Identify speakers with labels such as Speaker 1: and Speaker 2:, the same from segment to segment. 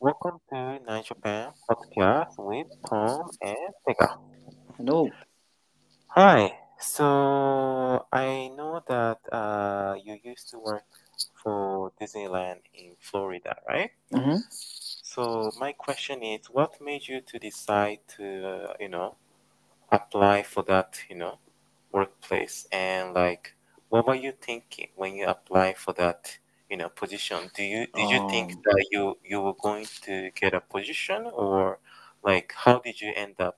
Speaker 1: Welcome to Nigel Band Podcast with Tom and Vega.
Speaker 2: Hello.
Speaker 1: Hi. So I know that uh, you used to work for Disneyland in Florida, right?
Speaker 2: hmm
Speaker 1: So my question is, what made you to decide to, uh, you know, apply for that, you know, workplace? And like, what were you thinking when you applied for that, you know, position? Do you did you think
Speaker 2: Um,
Speaker 1: that you you were going to get a position, or like, how did you end up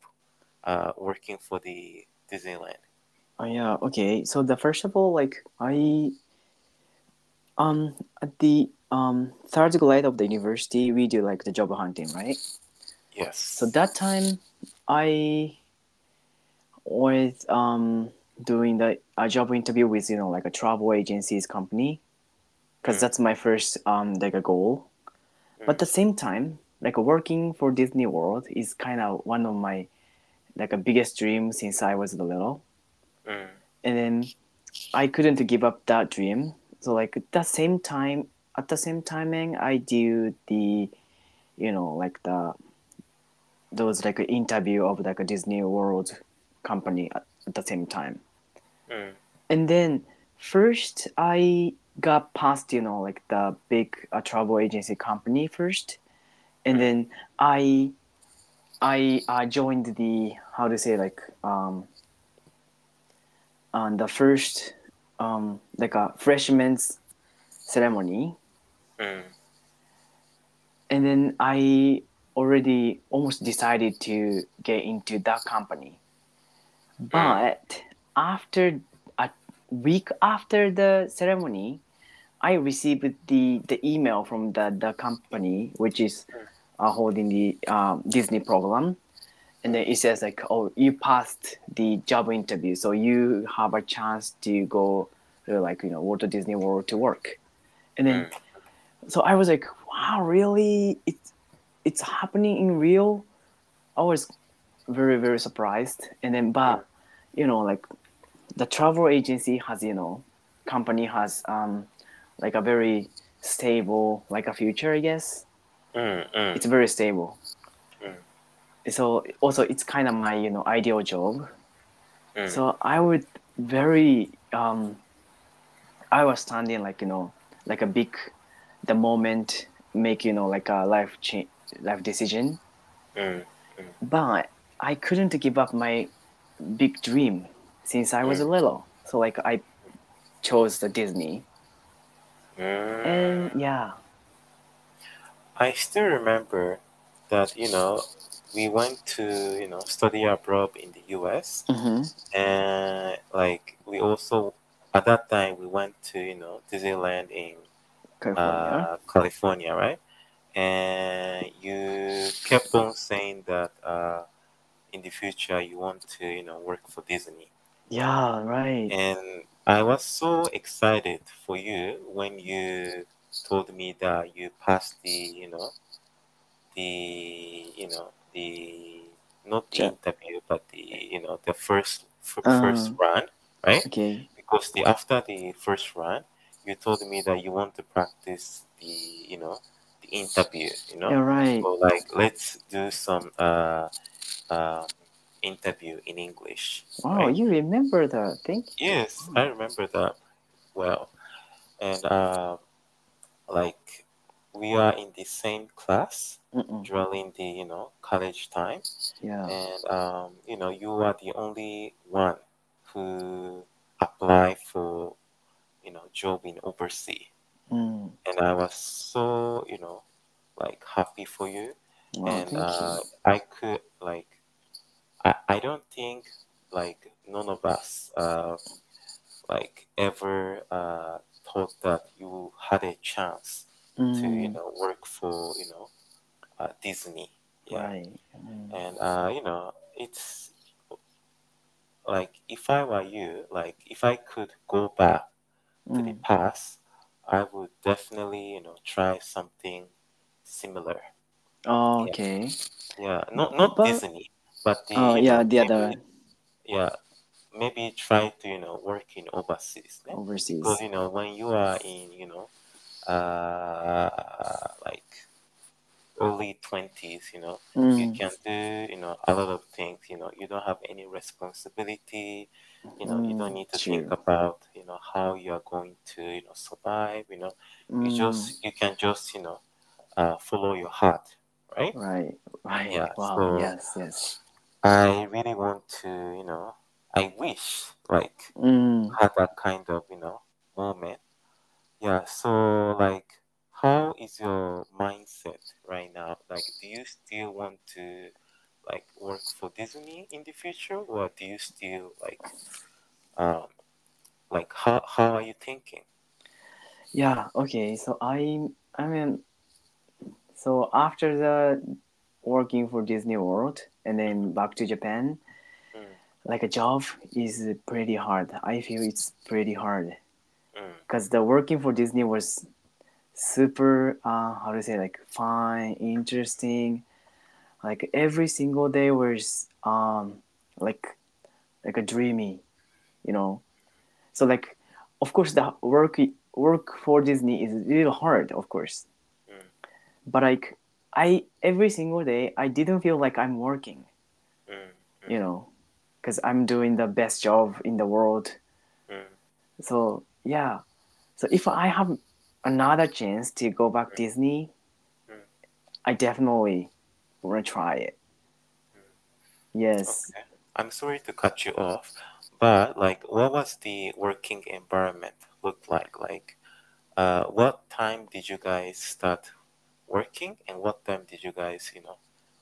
Speaker 1: uh, working for the Disneyland?
Speaker 2: oh yeah. Okay. So the first of all, like I um at the um third grade of the university, we do like the job hunting, right?
Speaker 1: Yes.
Speaker 2: So that time, I was um doing the a job interview with you know like a travel agencies company because
Speaker 1: Mm,
Speaker 2: that's my first um like a goal. But at
Speaker 1: mm,
Speaker 2: the same time, like working for Disney World is kind of one of my like a biggest dream since I was little,
Speaker 1: mm,
Speaker 2: and then. I couldn't give up that dream. So like at the same time, at the same timing, I do the you know like the those like interview of like a Disney World company at, at the same time.
Speaker 1: mm,
Speaker 2: And then first I got past you know like the big uh, travel agency company first, and
Speaker 1: mm,
Speaker 2: then I I uh, joined the how to say like um on the first um like a freshman's ceremony
Speaker 1: mm,
Speaker 2: and then I already almost decided to get into that company.
Speaker 1: mm,
Speaker 2: But after a week after the ceremony, I received the, the email from the, the company which is uh, holding the um, Disney program. And then it says like, oh, you passed the job interview, so you have a chance to go uh, like you know Walt Disney World to work. And then
Speaker 1: mm,
Speaker 2: so I was like, wow, really? It's it's happening in real. I was very very surprised, and then
Speaker 1: mm,
Speaker 2: but you know like the travel agency has you know company has um like a very stable like a future. I guess
Speaker 1: mm, mm,
Speaker 2: it's very stable.
Speaker 1: mm,
Speaker 2: So also it's kind of my you know ideal job.
Speaker 1: mm,
Speaker 2: So I would very um I was standing like you know like a big the moment make you know like a life change life decision
Speaker 1: mm,
Speaker 2: but I couldn't give up my big dream since I was
Speaker 1: mm,
Speaker 2: little. So like I chose the Disney, and Um,
Speaker 1: mm.
Speaker 2: yeah,
Speaker 1: I still remember that, you know, we went to, you know, study abroad in the US
Speaker 2: hmm
Speaker 1: and like we also at that time we went to, you know, Disneyland in
Speaker 2: California.
Speaker 1: uh California, right? And you kept on saying that uh in the future you want to, you know, work for Disney.
Speaker 2: Yeah, right.
Speaker 1: And I was so excited for you when you told me that you passed the, you know, the you know the not the
Speaker 2: Chat.
Speaker 1: interview but the you know the first f- first
Speaker 2: Uh,
Speaker 1: run right
Speaker 2: okay.
Speaker 1: because the after the first run you told me that you want to practice the you know the interview you know
Speaker 2: Yeah, right.
Speaker 1: so like let's do some uh um interview in english
Speaker 2: Wow,
Speaker 1: right
Speaker 2: you remember that? Thank you.
Speaker 1: yes i remember that well and uh like we are in the same class
Speaker 2: Mm-mm.
Speaker 1: during the you know college time
Speaker 2: Yeah.
Speaker 1: and um, you know you are the only one who apply for you know job in overseas
Speaker 2: Mm.
Speaker 1: and i was so you know like happy for you
Speaker 2: Mm. Wow,
Speaker 1: and
Speaker 2: thank
Speaker 1: uh,
Speaker 2: you.
Speaker 1: i could like I, I don't think like none of us uh, like ever uh, thought that you had a chance to you
Speaker 2: Mm.
Speaker 1: know work for you know uh, disney yeah
Speaker 2: Right. Mm.
Speaker 1: and uh, you know it's like if I were you, like if I could go back to the
Speaker 2: Mm.
Speaker 1: past, I would definitely, you know, try something similar.
Speaker 2: Oh,
Speaker 1: Yeah.
Speaker 2: okay.
Speaker 1: Yeah. Not not
Speaker 2: But
Speaker 1: Disney, but the,
Speaker 2: oh
Speaker 1: you
Speaker 2: yeah,
Speaker 1: know,
Speaker 2: the other
Speaker 1: maybe
Speaker 2: one
Speaker 1: yeah, maybe try to, you know, work in overseas. Yeah? Because,
Speaker 2: overseas.
Speaker 1: you know, when you are in, you know, uh like early 20s, you know, you
Speaker 2: Mm.
Speaker 1: can do, you know, a lot of things, you know, you don't have any responsibility, you know, you don't
Speaker 2: Mm,
Speaker 1: need to think
Speaker 2: true.
Speaker 1: about, you know, how you are going to, you know, survive, you know, you
Speaker 2: Mm,
Speaker 1: just, you can just, you know, uh, follow your heart, right?
Speaker 2: right, right.
Speaker 1: Yeah,
Speaker 2: Wow,
Speaker 1: so
Speaker 2: yes, yes.
Speaker 1: I really want to, you know, I wish, like,
Speaker 2: Mm,
Speaker 1: have that kind of, you know, moment. Yeah, so like, how is your mindset right now? Like, do you still want to like work for Disney in the future, or do you still like um like how how are you thinking?
Speaker 2: yeah, okay. So I, I mean, so after the working for Disney World and then back to Japan,
Speaker 1: Mm,
Speaker 2: like a job is pretty hard. I feel it's pretty hard
Speaker 1: mm,
Speaker 2: because the working for Disney was super, uh, how to say, like fine, interesting. Like every single day was um, like like a dreamy, you know. So like, of course, the work work for Disney is a little hard, of course.
Speaker 1: mm,
Speaker 2: But like, I every single day I didn't feel like I'm working,
Speaker 1: mm, mm,
Speaker 2: you know, because I'm doing the best job in the world.
Speaker 1: mm,
Speaker 2: So yeah, so if I have another chance to go back Disney,
Speaker 1: mm,
Speaker 2: I definitely wanna try it. Yes.
Speaker 1: Okay. I'm sorry to cut you off, but like, what was the working environment look like? Like, uh, what time did you guys start working, and what time did you guys, you know,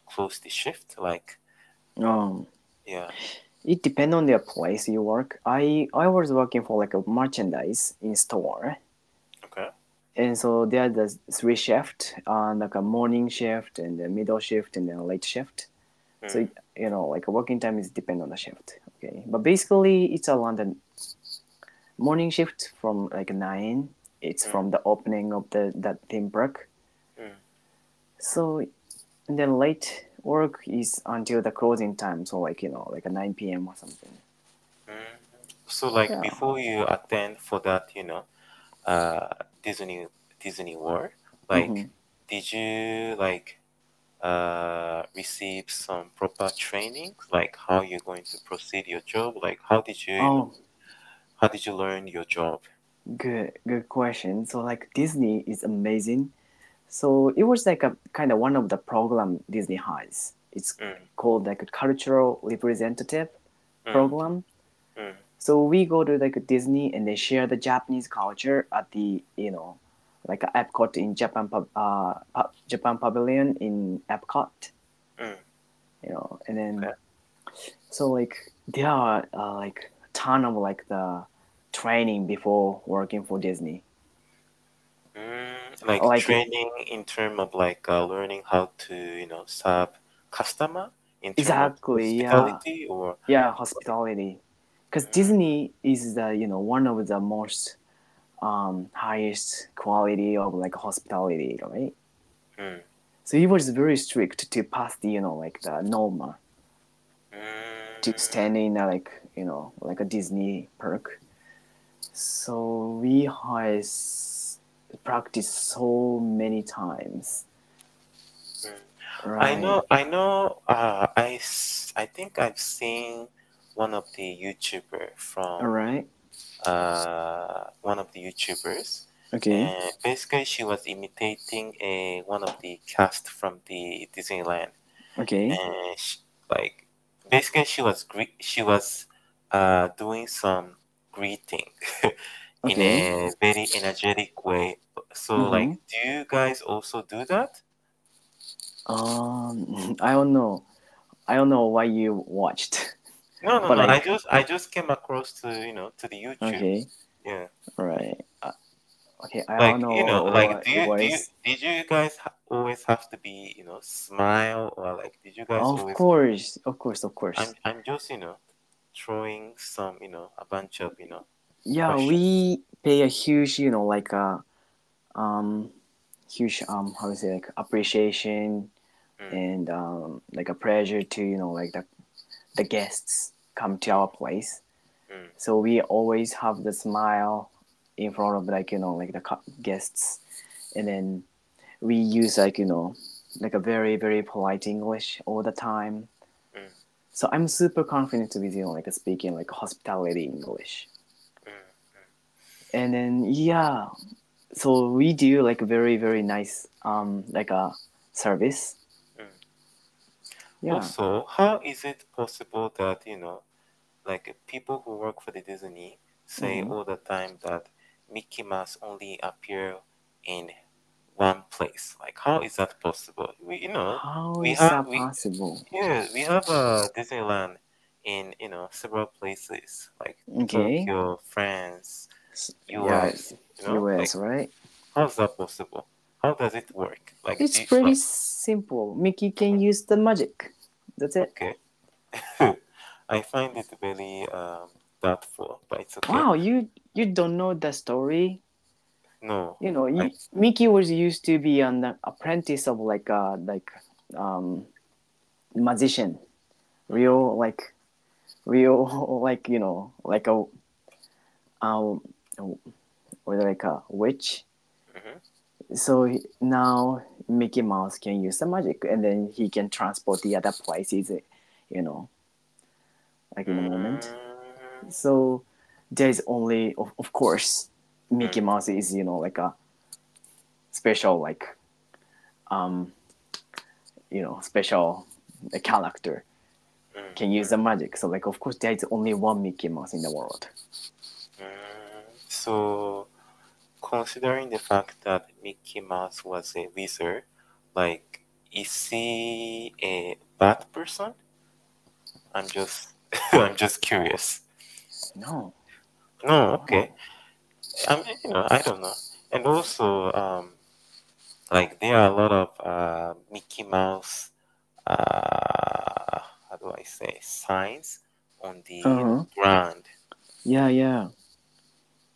Speaker 1: close the shift? Like,
Speaker 2: Um,
Speaker 1: yeah.
Speaker 2: it depends on the place you work. I I was working for like a merchandise in store.
Speaker 1: Okay.
Speaker 2: and so there are the three shift uh, like a morning shift and the middle shift and then late shift so
Speaker 1: Mm,
Speaker 2: you know like working time is depend on the shift okay but basically it's around the morning shift from like 9 it's
Speaker 1: mm,
Speaker 2: from the opening of the that theme park
Speaker 1: mm,
Speaker 2: so and then late work is until the closing time so like you know like a 9 p.m or something
Speaker 1: mm. So like,
Speaker 2: yeah
Speaker 1: before you attend for that, you know, uh, Disney Disney World, like,
Speaker 2: mm-hmm.
Speaker 1: did you like uh receive some proper training? Like, how you're going to proceed your job? Like, how did you, you know,
Speaker 2: oh
Speaker 1: how did you learn your job?
Speaker 2: good good question so like disney is amazing So it was like a kind of one of the program Disney has. It's
Speaker 1: Mm,
Speaker 2: called like a cultural representative
Speaker 1: mm,
Speaker 2: program.
Speaker 1: mm,
Speaker 2: So we go to like Disney and they share the Japanese culture at the you know like Epcot in Japan pub- uh, pa- Japan Pavilion in Epcot.
Speaker 1: mm.
Speaker 2: You know, and
Speaker 1: Okay.
Speaker 2: then so like there are uh, like ton of like the training before working for Disney.
Speaker 1: Mm, like
Speaker 2: Like
Speaker 1: training in term of like uh, learning how to, you know, serve customer in term of
Speaker 2: exactly yeah.
Speaker 1: hospitality or
Speaker 2: Yeah, hospitality. Because
Speaker 1: Mm,
Speaker 2: Disney is the you know one of the most um, highest quality of like hospitality, right?
Speaker 1: mm,
Speaker 2: So he was very strict to pass the you know like the norma to
Speaker 1: mm.
Speaker 2: stand in uh, like you know like a Disney perk. So we has practiced so many times,
Speaker 1: Mm. I
Speaker 2: right?
Speaker 1: know, I know, uh, I, s- I think I've seen one of the YouTuber
Speaker 2: All
Speaker 1: from
Speaker 2: right.
Speaker 1: uh, one of the YouTubers,
Speaker 2: Okay.
Speaker 1: and basically she was imitating a one of the cast from the Disneyland,
Speaker 2: Okay.
Speaker 1: and she, like basically she was gre- she was uh, doing some greeting in
Speaker 2: Okay.
Speaker 1: a very energetic way. So like,
Speaker 2: Mm-hmm.
Speaker 1: do you guys also do that?
Speaker 2: Um, I don't know. I don't know why you watched,
Speaker 1: No, no,
Speaker 2: but
Speaker 1: no. I
Speaker 2: like
Speaker 1: just I just came across to you know to the YouTube.
Speaker 2: okay.
Speaker 1: Yeah,
Speaker 2: Right. Uh, okay, I don't
Speaker 1: like you know,
Speaker 2: know
Speaker 1: like
Speaker 2: what
Speaker 1: do you
Speaker 2: what
Speaker 1: do you
Speaker 2: is.
Speaker 1: did you guys ha always have to be you know smile or like did you guys
Speaker 2: Of
Speaker 1: always?
Speaker 2: course, of course, of
Speaker 1: I'm
Speaker 2: course.
Speaker 1: I'm just you know throwing some you know a bunch of you know
Speaker 2: Yeah,
Speaker 1: questions.
Speaker 2: we pay a huge, you know, like a um, huge um, how to say like appreciation
Speaker 1: Mm,
Speaker 2: and um, like a pleasure to you know like the the guests come to our place.
Speaker 1: mm,
Speaker 2: So we always have the smile in front of like you know like the cu- guests, and then we use like you know. like a very very polite English all the time.
Speaker 1: Mm.
Speaker 2: So I'm super confident with you know, like speaking like hospitality English. Mm. And then yeah, so we do like very very nice um like a service.
Speaker 1: Mm.
Speaker 2: Yeah.
Speaker 1: Also, how is it possible that, you know, like people who work for the Disney say
Speaker 2: Mhm.
Speaker 1: all the time that Mickey Mouse only appear in one place? Like, how is that possible? We, you know,
Speaker 2: How
Speaker 1: we
Speaker 2: is
Speaker 1: have-
Speaker 2: that
Speaker 1: we-
Speaker 2: possible?
Speaker 1: yeah, we have uh, Disneyland in, you know, several places like
Speaker 2: Okay.
Speaker 1: Tokyo, France,
Speaker 2: Yeah,
Speaker 1: US, you know,
Speaker 2: US,
Speaker 1: like,
Speaker 2: right?
Speaker 1: how's that possible? How does it work? Like,
Speaker 2: It's
Speaker 1: do-
Speaker 2: pretty simple. Mickey can use the magic. That's it.
Speaker 1: Okay. I find it really um, doubtful, but it's okay.
Speaker 2: Wow, you you don't know the story.
Speaker 1: No.
Speaker 2: You know, you,
Speaker 1: I-
Speaker 2: Mickey was used to be an apprentice of like a like um, magician, real like real like you know like a um or like a witch.
Speaker 1: Mhm.
Speaker 2: So he- now Mickey Mouse can use the magic, and then he can transport the other places. You know, like in the moment.
Speaker 1: Mm,
Speaker 2: so there's only of, of course mickey
Speaker 1: Mm.
Speaker 2: mouse is you know like a special like um you know special uh, character
Speaker 1: mm,
Speaker 2: can use the magic so like of course there's only one mickey mouse in the world
Speaker 1: mm. So, considering the fact that Mickey Mouse was a wizard, like, is he a bad person? I'm just, I'm just curious.
Speaker 2: no
Speaker 1: No, okay. I mean, you know, I don't know. And also, um, like there are a lot of uh, Mickey Mouse, uh, how do I say, signs on the
Speaker 2: Uh-huh.
Speaker 1: ground.
Speaker 2: yeah yeah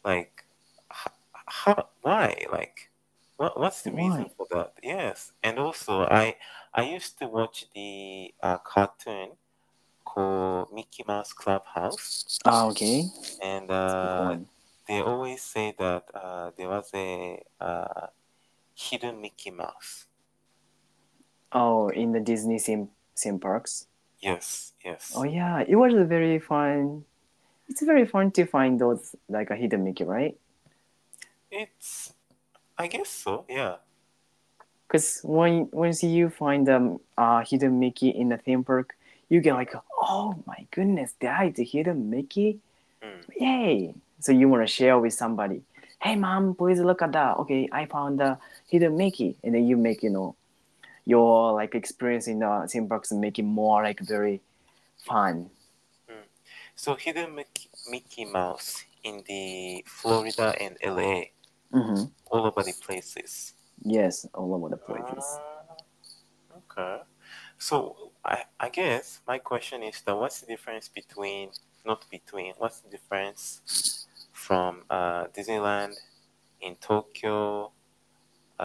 Speaker 1: Like, h- how, why? Like, what, what's the reason
Speaker 2: Why?
Speaker 1: for that? Yes. And also, I I used to watch the uh, cartoon called Mickey Mouse Clubhouse,
Speaker 2: ah okay
Speaker 1: and
Speaker 2: Good
Speaker 1: uh,
Speaker 2: one.
Speaker 1: they always say that uh, there was a uh, hidden Mickey Mouse.
Speaker 2: oh in the disney theme, theme parks
Speaker 1: Yes, yes.
Speaker 2: oh yeah it was a very fun it's very fun to find those like a hidden mickey right
Speaker 1: It's, I guess so, yeah.
Speaker 2: Because when once you find um uh hidden Mickey in the theme park, you get like, oh my goodness, that is a hidden Mickey!
Speaker 1: Mm,
Speaker 2: Yay! So you want to share with somebody. Hey mom, please look at that. Okay, I found the hidden Mickey, and then you make you know your like experience in the theme parks and make it more like very fun.
Speaker 1: mm. So hidden Mickey, Mickey Mouse in the Florida and LA,
Speaker 2: hmm
Speaker 1: all over the places.
Speaker 2: Yes, all over the places.
Speaker 1: Ah, okay. So I, I guess my question is that what's the difference between, not between, what's the difference from uh, Disneyland in Tokyo,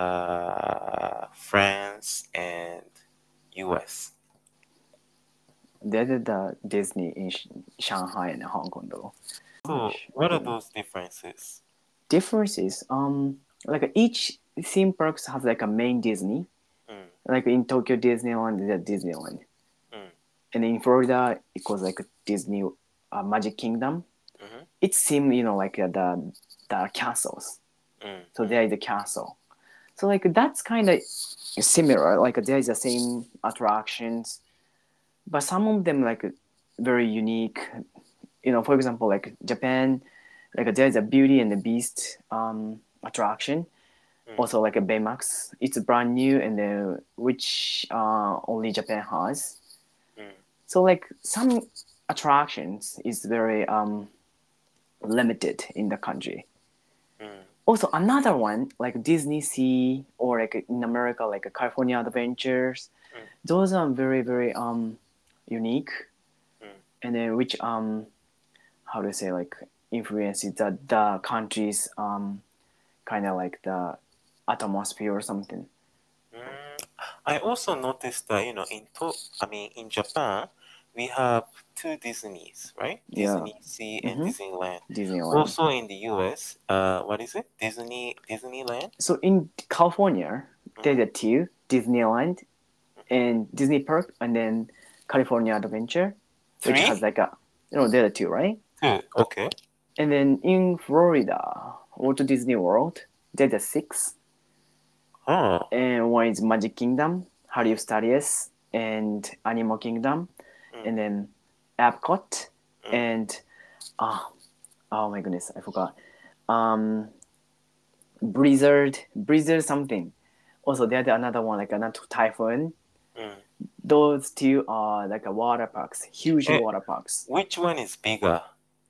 Speaker 1: uh, France, and US?
Speaker 2: That is the Disney in Sh- Shanghai and Hong Kong though.
Speaker 1: So,
Speaker 2: Gosh,
Speaker 1: what are
Speaker 2: mm.
Speaker 1: those differences?
Speaker 2: differences um like each theme parks has like a main disney
Speaker 1: Mm,
Speaker 2: like in tokyo disneyland is a disneyland
Speaker 1: mm,
Speaker 2: and in florida it was like a disney uh, magic kingdom
Speaker 1: mhm,
Speaker 2: it seemed you know like uh, the the castles
Speaker 1: mm,
Speaker 2: so
Speaker 1: mm,
Speaker 2: there is a castle so like that's kind of similar like there is the same attractions but some of them like very unique you know for example like japan like there is a beauty and the beast um attraction
Speaker 1: mm.
Speaker 2: also like a Baymax. It's brand new and uh, which uh, only Japan has.
Speaker 1: Mm,
Speaker 2: So like some attractions is very um, limited in the country.
Speaker 1: mm,
Speaker 2: Also another one like Disney Sea or like in America like California Adventures.
Speaker 1: Mm.
Speaker 2: Those are very very um, unique
Speaker 1: mm,
Speaker 2: and then which um, how to say like influences the the country's um, kind of like the atmosphere or something.
Speaker 1: mm. I also noticed that, you know, in to I mean, in Japan, we have two Disneys, right?
Speaker 2: Yeah.
Speaker 1: Disney Sea and
Speaker 2: Mhm.
Speaker 1: Disneyland.
Speaker 2: Disneyland.
Speaker 1: Also in the US, uh, what is it? Disney Disneyland?
Speaker 2: So in California,
Speaker 1: Mhm.
Speaker 2: there's a two, Disneyland and Disney Park, and then California Adventure, which
Speaker 1: Three?
Speaker 2: has like oh. a you know there are two, right?
Speaker 1: Two. Okay.
Speaker 2: And then in Florida, Walt Disney World, there are six,
Speaker 1: Huh.
Speaker 2: and one is Magic Kingdom, Harry Styles, and Animal Kingdom,
Speaker 1: Mm.
Speaker 2: and then Epcot,
Speaker 1: Mm.
Speaker 2: and ah, oh my goodness, I forgot. Um, Blizzard, Blizzard something. Also, there's another one like another typhoon.
Speaker 1: Mm.
Speaker 2: Those two are like a water parks, huge
Speaker 1: Eh,
Speaker 2: water parks.
Speaker 1: Which one is bigger?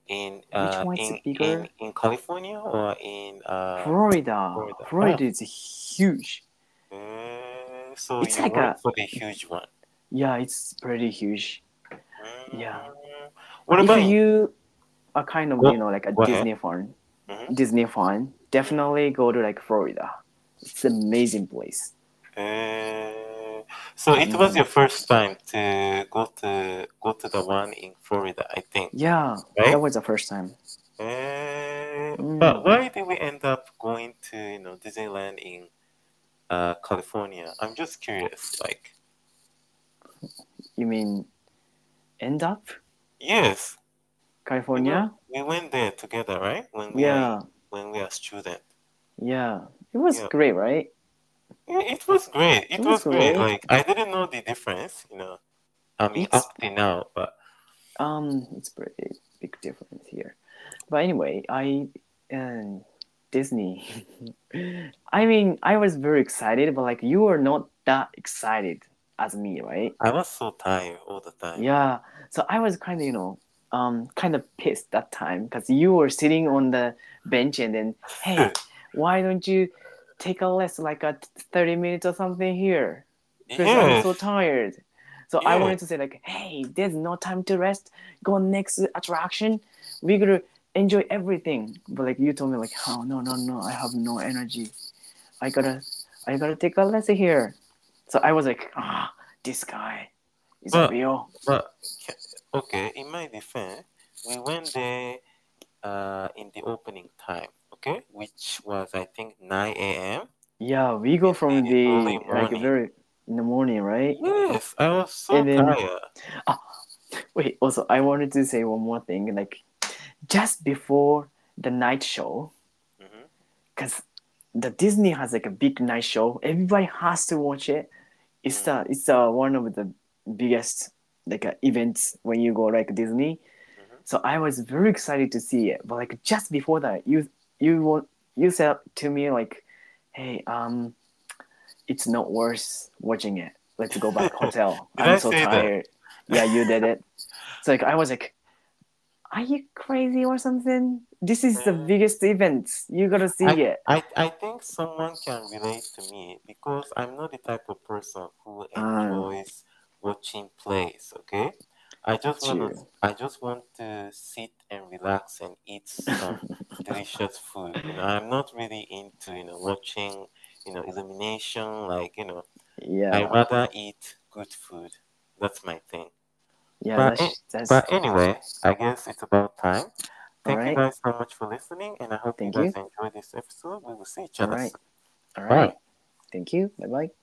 Speaker 1: In uh,
Speaker 2: one's
Speaker 1: in,
Speaker 2: bigger?
Speaker 1: in in California or in uh?
Speaker 2: Florida,
Speaker 1: Florida.
Speaker 2: Florida, is huge.
Speaker 1: uh, so
Speaker 2: It's
Speaker 1: you
Speaker 2: like
Speaker 1: went
Speaker 2: a-
Speaker 1: for the huge one.
Speaker 2: Yeah, it's pretty huge.
Speaker 1: Mm.
Speaker 2: Yeah.
Speaker 1: What
Speaker 2: if
Speaker 1: about you?
Speaker 2: you are kind of
Speaker 1: Go-
Speaker 2: you know like a
Speaker 1: go ahead.
Speaker 2: Disney fan,
Speaker 1: Mhm.
Speaker 2: Disney fan, definitely go to like Florida. It's an amazing place.
Speaker 1: Uh, so it was
Speaker 2: Mm.
Speaker 1: your first time to go to go to the one in Florida, I think.
Speaker 2: Yeah,
Speaker 1: Right?
Speaker 2: that was the first time.
Speaker 1: Uh,
Speaker 2: Mm.
Speaker 1: But why did we end up going to you know Disneyland in uh, California? I'm just curious. Like,
Speaker 2: You mean end up
Speaker 1: yes,
Speaker 2: California?
Speaker 1: we went there together, right? When we are,
Speaker 2: Yeah,
Speaker 1: when we are student,
Speaker 2: yeah. It was
Speaker 1: Yeah.
Speaker 2: great, right?
Speaker 1: it, it was great. It,
Speaker 2: It
Speaker 1: was
Speaker 2: was
Speaker 1: great.
Speaker 2: great.
Speaker 1: Like I didn't know the difference, you know. I mean,
Speaker 2: It's-
Speaker 1: up to now, but
Speaker 2: Um, it's pretty big difference here. But anyway, I and Disney. I mean, I was very excited, but like you were not that excited as me, right?
Speaker 1: I was so tired all the time.
Speaker 2: Yeah. So I was kind of, you know, um, kind of pissed that time because you were sitting on the bench and then, hey, why don't you take a rest like a t- 30 minutes or something here? Because I'm
Speaker 1: Yes.
Speaker 2: so tired. So I
Speaker 1: Yeah.
Speaker 2: wanted to say like, hey, there's no time to rest. Go next attraction. We're gonna enjoy everything. But like you told me like, oh no no no, I have no energy. I gotta I gotta take a lesson here. So I was like, ah, this guy is
Speaker 1: But-
Speaker 2: real.
Speaker 1: But okay, in my defense, we went there uh, in the opening time, okay, which was I think 9 a.m.
Speaker 2: Yeah, we go from
Speaker 1: Early
Speaker 2: the like
Speaker 1: morning.
Speaker 2: very in the morning, right?
Speaker 1: Yes, I was so
Speaker 2: And then-
Speaker 1: tired.
Speaker 2: Wait, also I wanted to say one more thing, like just before the night show,
Speaker 1: hmm
Speaker 2: because the Disney has like a big night show. Everybody has to watch it.
Speaker 1: Mm.
Speaker 2: It's the it's uh, one of the biggest like uh, events when you go like Disney.
Speaker 1: Mhm.
Speaker 2: So I was very excited to see it. But like just before that, you you wa- you said to me like, "Hey, um, it's not worth watching it. Let's go back hotel.
Speaker 1: Did
Speaker 2: I'm
Speaker 1: I
Speaker 2: so
Speaker 1: say that?
Speaker 2: tired." Yeah, you did it. So like I was like, "Are you crazy or something? This is the
Speaker 1: Mm.
Speaker 2: biggest event. You gotta see it."
Speaker 1: I, I think someone can relate to me because I'm not the type of person who
Speaker 2: Ah.
Speaker 1: enjoys watching plays. Okay, I just
Speaker 2: Got
Speaker 1: want to
Speaker 2: you.
Speaker 1: I just want to sit and relax and eat some delicious food. You know, I'm not really into you know watching you know illumination like you know. I
Speaker 2: Yeah,
Speaker 1: rather eat good food. That's my thing.
Speaker 2: yeah,
Speaker 1: But
Speaker 2: that's, that's
Speaker 1: But anyway, I guess it's about time. Thank you
Speaker 2: Alright.
Speaker 1: guys so much for listening, and I hope
Speaker 2: Thank
Speaker 1: you guys enjoy this episode. We will see each
Speaker 2: all
Speaker 1: other
Speaker 2: right.
Speaker 1: soon.
Speaker 2: All
Speaker 1: Bye.
Speaker 2: right. Thank you. Bye bye.